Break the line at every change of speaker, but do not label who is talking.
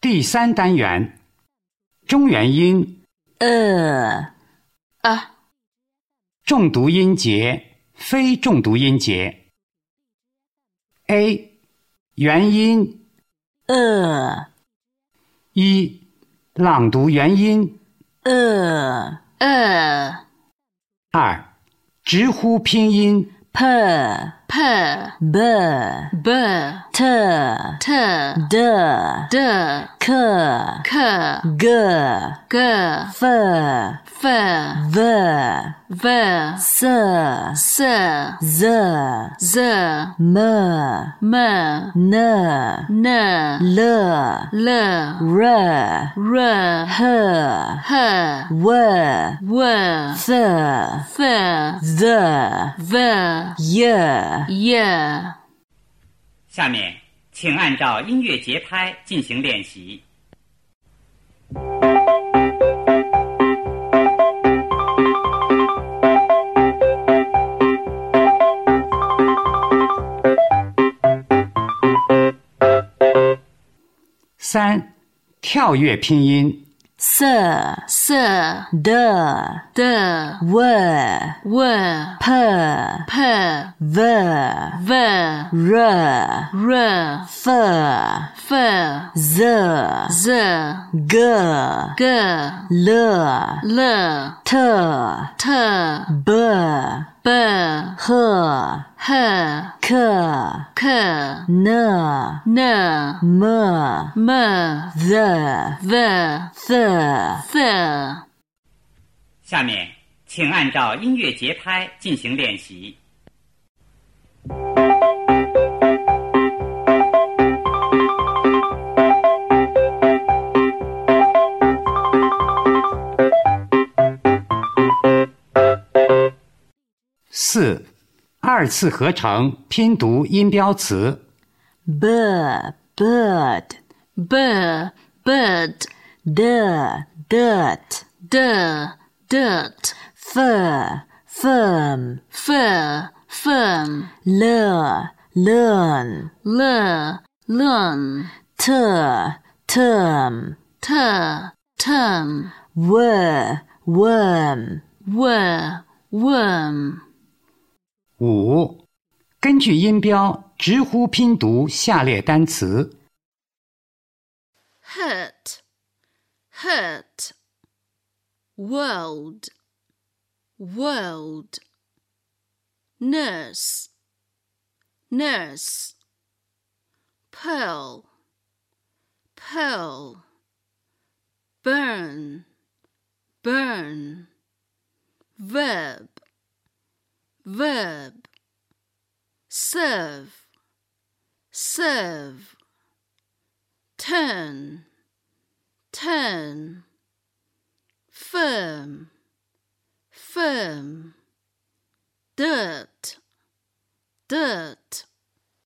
第三单元中元音、
呃
啊
重读音节、非重读音节。A 元音
呃
一，朗读元音
呃
呃
二，直呼拼音
p
p
b
b
t
t
d
d
k
k
g
g
f
f
v
v
s
s
z
z
m
m
n
n
l
l
r
r
h
h
w
w
f z
f v
y
y
下面，请按照音乐节拍进行练习。
三，跳跃拼音
s
s
d
d
w
w
p
p
v r
v r f
f z
z
g
g
l
l
t
t
b
b
h
h
k
k
n
n
m
m
z
v
f
f
下面，请按照音乐节拍进行练习。
四，二次合成拼读音标词
b bird
b bird
d dirt
d dirt
fir firm
fir firm
l learn
l learn
t term
t term
w worm
w worm
五，根据音标直呼拼读下列单词
hurt, hurt, world, world, nurse, nurse, pearl, pearl, burn, burn, verb, verb, serve, serve turn, turn, firm, firm, dirt,